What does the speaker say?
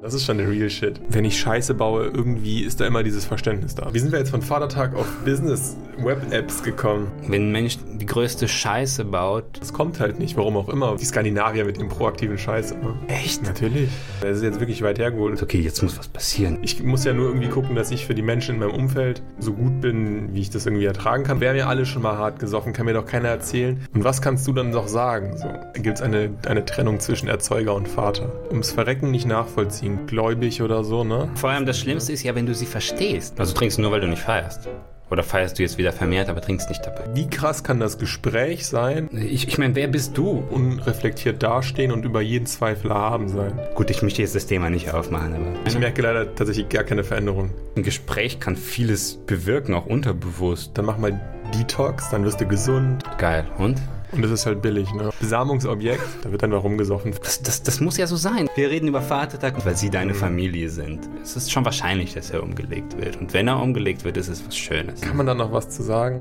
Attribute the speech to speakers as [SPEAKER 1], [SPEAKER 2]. [SPEAKER 1] Das ist schon der real shit. Wenn ich Scheiße baue, irgendwie ist da immer dieses Verständnis da. Wie sind wir jetzt von Vatertag auf Business-Web-Apps gekommen?
[SPEAKER 2] Wenn ein Mensch die größte Scheiße baut,
[SPEAKER 1] Das kommt halt nicht, warum auch immer. Die Skandinavier mit dem proaktiven Scheiß immer. Echt? Natürlich. Das ist jetzt wirklich weit hergeholt.
[SPEAKER 2] okay, jetzt muss was passieren.
[SPEAKER 1] Ich muss ja nur irgendwie gucken, dass ich für die Menschen in meinem Umfeld so gut bin, wie ich das irgendwie ertragen kann. Wer mir alle schon mal hart gesoffen, kann mir doch keiner erzählen. Und was kannst du dann noch sagen? So, gibt es eine, eine Trennung zwischen Erzeuger und Vater. Ums Verrecken nicht nachvollziehen, gläubig oder so, ne?
[SPEAKER 2] Vor allem das Schlimmste ist ja, wenn du sie verstehst. Also trinkst du nur, weil du nicht feierst. Oder feierst du jetzt wieder vermehrt, aber trinkst nicht dabei.
[SPEAKER 1] Wie krass kann das Gespräch sein?
[SPEAKER 2] Ich, ich meine, wer bist du?
[SPEAKER 1] Unreflektiert dastehen und über jeden Zweifel erhaben sein.
[SPEAKER 2] Gut, ich möchte jetzt das Thema nicht aufmachen, aber
[SPEAKER 1] Ich merke leider tatsächlich gar keine Veränderung.
[SPEAKER 2] ein Gespräch kann vieles bewirken, auch unterbewusst.
[SPEAKER 1] Dann mach mal Detox, dann wirst du gesund.
[SPEAKER 2] Geil. Und?
[SPEAKER 1] Und das ist halt billig, ne? Besamungsobjekt, da wird dann mal rumgesoffen.
[SPEAKER 2] Das, das, das muss ja so sein. Wir reden über Vatertag, weil sie deine Familie sind. Es ist schon wahrscheinlich, dass er umgelegt wird. Und wenn er umgelegt wird, ist es was Schönes.
[SPEAKER 1] Kann man da noch was zu sagen?